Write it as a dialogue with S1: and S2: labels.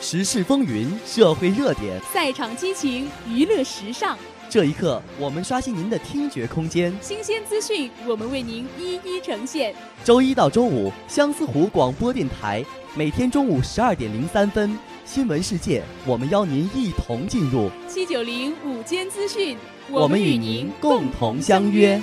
S1: 时事风云，社会热点，
S2: 赛场激情，娱乐时尚，
S1: 这一刻我们刷新您的听觉空间。
S2: 新鲜资讯，我们为您一一呈现。
S1: 周一到周五，相思湖广播电台每天中午十二点零三分，新闻世界，我们邀您一同进入，
S2: 七九零午间资讯，
S1: 我们与您共同相约。